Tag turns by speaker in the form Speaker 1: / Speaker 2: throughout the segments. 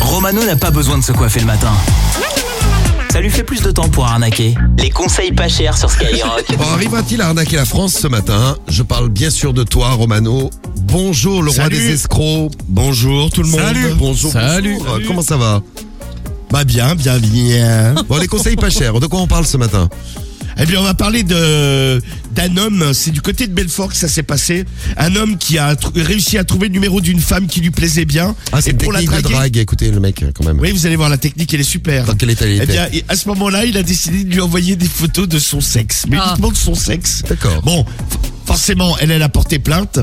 Speaker 1: Romano n'a pas besoin de se coiffer le matin. Ça lui fait plus de temps pour arnaquer. Les conseils pas chers sur Skyrock.
Speaker 2: Or, Arrivera-t-il à arnaquer la France ce matin Je parle bien sûr de toi, Romano. Bonjour, le roi
Speaker 3: Salut.
Speaker 2: des escrocs. Bonjour, tout le monde.
Speaker 3: Salut. Euh,
Speaker 2: Bonjour,
Speaker 3: Salut.
Speaker 2: bonjour.
Speaker 3: Salut.
Speaker 2: Comment ça va
Speaker 3: Bah bien, bien, bien.
Speaker 2: Bon, les conseils pas chers. De quoi on parle ce matin
Speaker 3: Eh bien, on va parler de d'un homme. C'est du côté de Belfort que ça s'est passé. Un homme qui a tr- réussi à trouver le numéro d'une femme qui lui plaisait bien.
Speaker 2: Ah, c'est
Speaker 3: et
Speaker 2: une
Speaker 3: pour la
Speaker 2: technique de
Speaker 3: draguer.
Speaker 2: drague. Écoutez, le mec, euh, quand même.
Speaker 3: Oui, vous allez voir, la technique, elle est super.
Speaker 2: Dans quel état il
Speaker 3: Eh
Speaker 2: était
Speaker 3: bien, et à ce moment-là, il a décidé de lui envoyer des photos de son sexe, mais uniquement de son sexe.
Speaker 2: D'accord.
Speaker 3: Bon, f- forcément, elle, elle a porté plainte.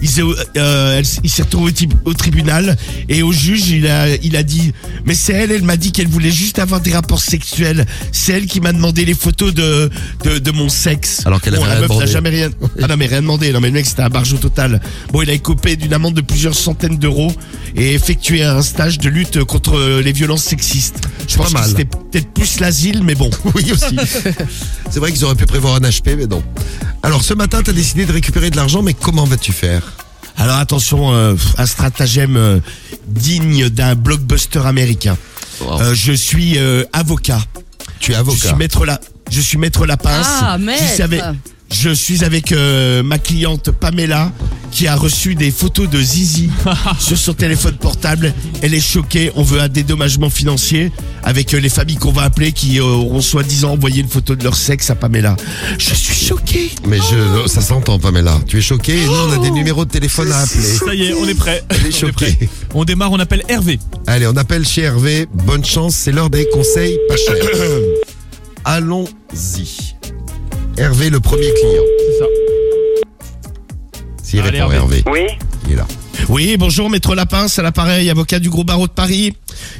Speaker 3: Il s'est, euh, elle s- il s'est retrouvé au, tib- au tribunal et au juge, il a, il a dit, mais c'est elle, elle m'a dit qu'elle voulait juste avoir des rapports sexuels. C'est elle qui m'a demandé les photos de, de, de mon sexe.
Speaker 2: Alors qu'elle
Speaker 3: Bon,
Speaker 2: avait rien
Speaker 3: la meuf n'a
Speaker 2: demandé.
Speaker 3: jamais rien. Ah non, mais rien demandé. Non, mais le mec, c'était un barge au total. Bon, il a écopé d'une amende de plusieurs centaines d'euros et effectué un stage de lutte contre euh, les violences sexistes. Je
Speaker 2: Pas
Speaker 3: pense
Speaker 2: mal.
Speaker 3: que c'était peut-être plus l'asile, mais bon.
Speaker 2: Oui, aussi. c'est vrai qu'ils auraient pu prévoir un HP, mais non. Alors, ce matin, t'as décidé de récupérer de l'argent, mais comment vas-tu faire
Speaker 3: Alors attention, euh, un stratagème euh, digne d'un blockbuster américain.
Speaker 2: Wow.
Speaker 3: Euh, je suis euh, avocat.
Speaker 2: Tu es
Speaker 3: Je suis
Speaker 2: avocat.
Speaker 3: maître la. Je suis maître la pince.
Speaker 4: Ah,
Speaker 3: Je suis
Speaker 4: maître.
Speaker 3: avec, je suis avec, euh, ma cliente Pamela qui a reçu des photos de Zizi sur son téléphone portable. Elle est choquée. On veut un dédommagement financier avec euh, les familles qu'on va appeler qui euh, auront soi-disant envoyé une photo de leur sexe à Pamela. Je suis choqué.
Speaker 2: Mais je, ça s'entend, Pamela. Tu es choqué et nous, on a
Speaker 3: Oh
Speaker 2: des numéros de téléphone à appeler.
Speaker 5: Ça y est, on est prêt.
Speaker 2: Elle est
Speaker 5: On est
Speaker 2: choquée.
Speaker 5: prêt. On démarre, on appelle Hervé.
Speaker 2: Allez, on appelle chez Hervé. Bonne chance, c'est l'heure des conseils pas chers. Allons-y. Hervé, le premier client.
Speaker 5: C'est ça.
Speaker 2: S'il
Speaker 5: Allez,
Speaker 2: répond, Hervé.
Speaker 5: Hervé.
Speaker 6: Oui,
Speaker 2: il est là.
Speaker 3: Oui, bonjour, maître Lapin, c'est l'appareil, avocat du gros barreau de Paris.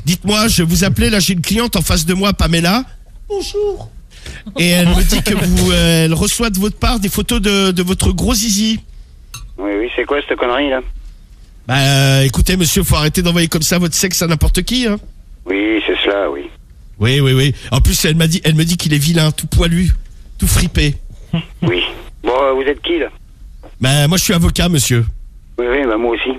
Speaker 3: Dites-moi, je vous appelais, là j'ai une cliente en face de moi, Pamela. Bonjour. Et elle me dit que vous, euh, elle reçoit de votre part des photos de, de votre gros zizi.
Speaker 6: oui, oui, c'est quoi cette connerie là
Speaker 3: Bah euh, écoutez monsieur, faut arrêter d'envoyer comme ça votre sexe à n'importe qui. Hein.
Speaker 6: Oui, c'est cela, oui.
Speaker 3: Oui, oui, oui. En plus, elle m'a dit, elle me dit qu'il est vilain, tout poilu, tout fripé.
Speaker 6: Oui. Bon, euh, vous êtes qui là
Speaker 3: Bah moi je suis avocat monsieur.
Speaker 6: Oui, oui, bah moi aussi.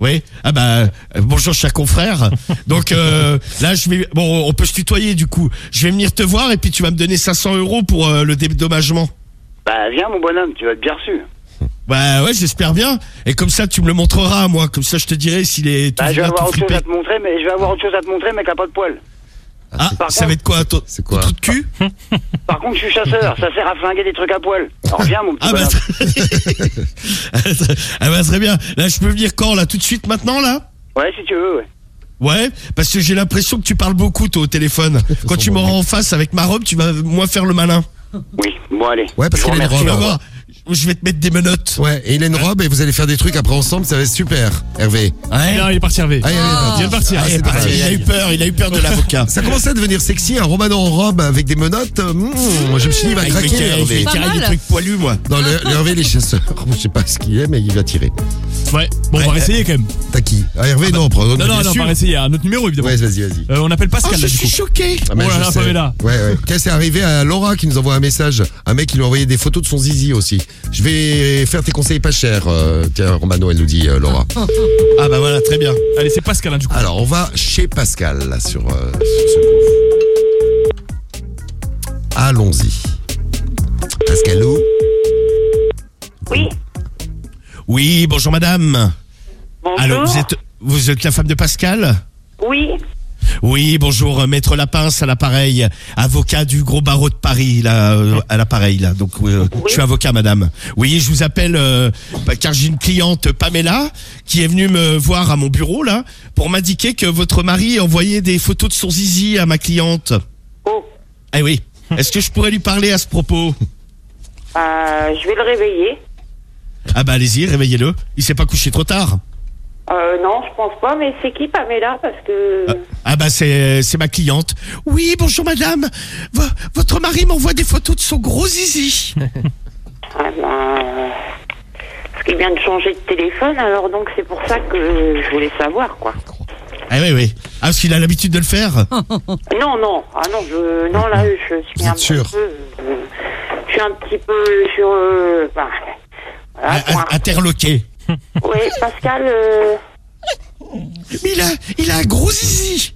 Speaker 3: Oui. Ah bah euh, bonjour cher confrère. Donc euh, là je vais bon on peut se tutoyer du coup. Je vais venir te voir et puis tu vas me donner 500 euros pour euh, le dédommagement.
Speaker 6: Bah viens mon bonhomme, tu vas être bien reçu.
Speaker 3: Bah ouais j'espère bien. Et comme ça tu me le montreras à moi. Comme ça je te dirai s'il est tout
Speaker 6: Bah je vais
Speaker 3: vilain,
Speaker 6: avoir
Speaker 3: tout
Speaker 6: autre chose
Speaker 3: flippé.
Speaker 6: à te montrer, mais je vais avoir autre chose à te montrer, mais qui a pas de poil.
Speaker 3: Ah
Speaker 6: Par
Speaker 3: ça va être quoi ton,
Speaker 2: C'est quoi
Speaker 3: ton trou de cul
Speaker 6: Par contre, je suis chasseur, ça sert à flinguer des trucs à poil. Alors viens mon petit
Speaker 3: Ah bah,
Speaker 6: bonhomme.
Speaker 3: très... ah bah très bien. Là je peux venir quand là tout de suite maintenant là.
Speaker 6: Ouais, si tu veux, ouais.
Speaker 3: Ouais, parce que j'ai l'impression que tu parles beaucoup toi au téléphone. Quand tu m'auras en face avec ma robe, tu vas moins faire le malin.
Speaker 6: Oui, bon allez.
Speaker 2: Ouais, parce
Speaker 6: Je vous
Speaker 2: qu'il a une
Speaker 6: remercie.
Speaker 3: Tu vas
Speaker 2: robe.
Speaker 3: voir, je vais te mettre des menottes.
Speaker 2: Ouais, et il a une robe et vous allez faire des trucs après ensemble, ça va être super, Hervé.
Speaker 3: Ouais.
Speaker 5: Là, il est parti Hervé.
Speaker 2: Allez, allez,
Speaker 5: Il vient de partir.
Speaker 2: Ah, c'est
Speaker 3: Allez,
Speaker 2: parti.
Speaker 3: Ah, parti. Il a eu peur, il a eu peur de l'avocat.
Speaker 2: Ça commençait à devenir sexy, un Romano en robe avec des menottes. Mmh, je me suis dit, il va
Speaker 3: Ah, il fait
Speaker 2: craquer,
Speaker 3: carré- il fait
Speaker 2: Hervé.
Speaker 4: Pas
Speaker 3: carré des
Speaker 4: mal.
Speaker 3: trucs poilus, moi.
Speaker 2: Non, le, le Hervé, il est chasseur. Je sais pas ce qu'il est, mais il va tirer.
Speaker 5: Ouais. Bon, on
Speaker 3: Ouais,
Speaker 5: va essayer quand même.
Speaker 2: T'as qui Ah, Hervé, non, prends
Speaker 5: bah, Non, non, non, on
Speaker 3: sûr.
Speaker 5: va essayer. Un autre numéro évidemment.
Speaker 2: Ouais, vas-y, vas-y.
Speaker 5: hein. Euh, on appelle
Speaker 3: Oh,
Speaker 5: Pascal
Speaker 3: je
Speaker 5: là du
Speaker 3: suis
Speaker 5: coup.
Speaker 3: choqué.
Speaker 2: Ah, mais
Speaker 5: Oh là
Speaker 2: je
Speaker 5: là,
Speaker 2: sais.
Speaker 5: Pamela.
Speaker 2: Ouais, ouais. Tiens, c'est arrivé à Laura qui nous envoie un message. Un mec, il lui a envoyé des photos de son zizi aussi. Je vais faire tes conseils pas chers. euh, tiens, Romano, elle nous dit, euh, Laura.
Speaker 3: Ah bah voilà, très bien.
Speaker 5: Allez, c'est Pascal là, du coup.
Speaker 2: Alors, on va chez Pascal, là, sur, euh, sur ce coup. Allons-y. Pascalou,
Speaker 6: Oui.
Speaker 3: Oui, bonjour madame.
Speaker 6: Bonjour.
Speaker 3: Alors, vous êtes, vous êtes la femme de Pascal
Speaker 6: Oui.
Speaker 3: Oui, bonjour, euh, maître Lapince à l'appareil, avocat du gros barreau de Paris, là, euh, à l'appareil, là. Donc, euh, je suis avocat, madame. Oui, je vous appelle, euh, bah, car j'ai une cliente, Pamela, qui est venue me voir à mon bureau, là, pour m'indiquer que votre mari envoyait des photos de son zizi à ma cliente.
Speaker 7: Oh,
Speaker 3: Eh oui. Est-ce que je pourrais lui parler à ce propos
Speaker 7: euh, je vais le réveiller.
Speaker 3: Ah bah, allez-y, réveillez-le. Il s'est pas couché trop tard.
Speaker 7: Euh, non, je pense pas, mais c'est qui Pamela Parce que.
Speaker 3: Ah, ah bah, c'est, c'est ma cliente. Oui, bonjour, madame. Vo- votre mari m'envoie des photos de son gros zizi.
Speaker 7: Ah ben, euh, parce qu'il vient de changer de téléphone, alors donc c'est pour ça que je voulais savoir, quoi.
Speaker 3: Ah oui, oui. Ah, parce qu'il a l'habitude de le faire.
Speaker 6: Ah.
Speaker 7: Non, non, ah non, je, non là, je suis
Speaker 2: Vous
Speaker 7: un
Speaker 2: êtes sûr
Speaker 7: peu. euh, je suis un petit peu sur. euh, ben, voilà,
Speaker 2: Ah,
Speaker 3: À- à-
Speaker 7: quoi.
Speaker 3: interloqué.
Speaker 7: Oui, Pascal. euh,
Speaker 3: Mais il a, il a un gros zizi.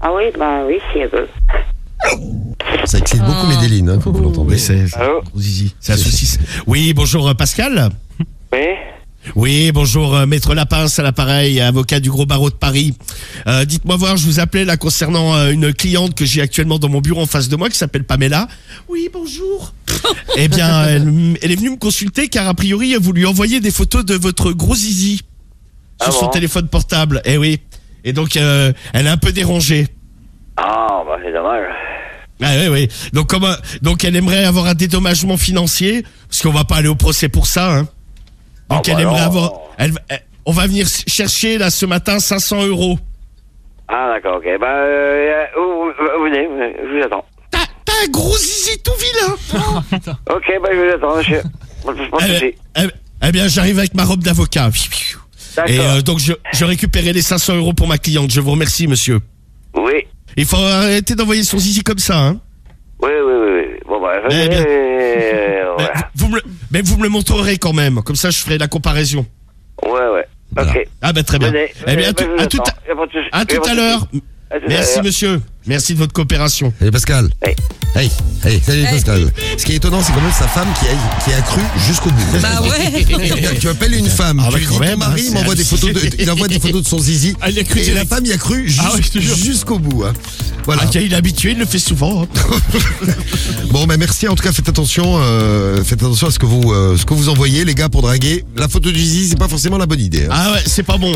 Speaker 7: Ah oui, bah oui, si elle veut.
Speaker 2: Ça excite beaucoup Médéline, hein, faut que vous l'entendez.
Speaker 3: Oui, c'est c'est
Speaker 6: Allô
Speaker 3: un gros zizi. C'est un souci. Oui, bonjour euh, Pascal.
Speaker 6: Oui
Speaker 3: Oui, bonjour, euh, maître Lapince à l'appareil, avocat du gros barreau de Paris. Euh, Dites-moi voir, je vous appelais là concernant euh, une cliente que j'ai actuellement dans mon bureau en face de moi qui s'appelle Pamela. Oui, bonjour. eh bien, elle, m- elle est venue me consulter car a priori vous lui envoyez des photos de votre gros zizi sur
Speaker 6: Ah
Speaker 3: son
Speaker 6: bon
Speaker 3: téléphone portable. Eh oui. Et donc, euh, elle est un peu dérangée.
Speaker 6: Ah, bah c'est dommage.
Speaker 3: Ah oui, oui. Donc, comme, euh, donc elle aimerait avoir un dédommagement financier, parce qu'on va pas aller au procès pour ça. Hein. Donc
Speaker 6: Ah,
Speaker 3: elle
Speaker 6: bah
Speaker 3: aimerait
Speaker 6: non.
Speaker 3: avoir... Elle, elle- on va venir s- chercher là ce matin 500 euros.
Speaker 6: Ah, d'accord, ok. Bah, euh, vous, vous- vous venez, vous venez, je vous attends.
Speaker 3: T'as t'as un gros zizi tout vilain
Speaker 6: Ok, bah je vous attends, monsieur. Pas de- pas de
Speaker 3: Eh ben,
Speaker 6: soucis.
Speaker 3: eh ben, Eh bien j'arrive avec ma robe d'avocat. Et
Speaker 6: D'accord.
Speaker 3: euh, donc je, je récupérais les 500 euros pour ma cliente. Je vous remercie monsieur.
Speaker 6: Oui.
Speaker 3: Il faut arrêter d'envoyer son zizi comme ça. Hein.
Speaker 6: Oui, oui, oui, oui. Bon, bah,
Speaker 3: Eh bien.
Speaker 6: venez,
Speaker 3: Mais
Speaker 6: voilà.
Speaker 3: vous, me le, mais vous me le montrerez quand même. Comme ça je ferai la comparaison.
Speaker 6: Ouais, ouais.
Speaker 3: Voilà.
Speaker 6: Ok.
Speaker 3: Ah ben très bien.
Speaker 6: Venez,
Speaker 3: eh bien
Speaker 6: venez,
Speaker 3: à, tout-
Speaker 6: bah, je vous
Speaker 3: à tout
Speaker 6: attends.
Speaker 3: à-
Speaker 6: Y a pas de soucis.
Speaker 3: à
Speaker 6: Y a
Speaker 3: tout à
Speaker 6: pas de
Speaker 3: l'heure.
Speaker 6: soucis. À tout à
Speaker 3: Merci
Speaker 5: Euh,
Speaker 6: l'heure.
Speaker 3: monsieur, merci de votre coopération.
Speaker 2: Et Pascal
Speaker 6: Hey.
Speaker 2: Hey, hey, salut Pascal. Ce qui est étonnant, c'est quand même sa femme qui a, qui a cru jusqu'au bout.
Speaker 4: Bah ouais.
Speaker 2: C'est-à-dire, Tu appelles une femme,
Speaker 3: Ah
Speaker 2: tu
Speaker 3: ouais,
Speaker 2: lui
Speaker 3: quand
Speaker 2: dis
Speaker 3: même,
Speaker 2: ton
Speaker 3: hein,
Speaker 2: mari
Speaker 3: c'est
Speaker 2: m'envoie des photos de,
Speaker 3: hallucinant.
Speaker 2: il envoie des photos de son zizi.
Speaker 5: Ah, il a cru
Speaker 2: et la
Speaker 5: direct.
Speaker 2: femme y a cru jus-
Speaker 5: Ah ouais, je te jure.
Speaker 2: jusqu'au bout. hein. Voilà.
Speaker 3: Ah, tiens, il est habitué, il le fait souvent. hein.
Speaker 2: Bon, bah merci. En tout cas, faites attention, euh, faites attention à ce que vous, euh, ce que vous envoyez, les gars, pour draguer. La photo du zizi, c'est pas forcément la bonne idée. hein.
Speaker 3: Ah ouais, c'est pas bon.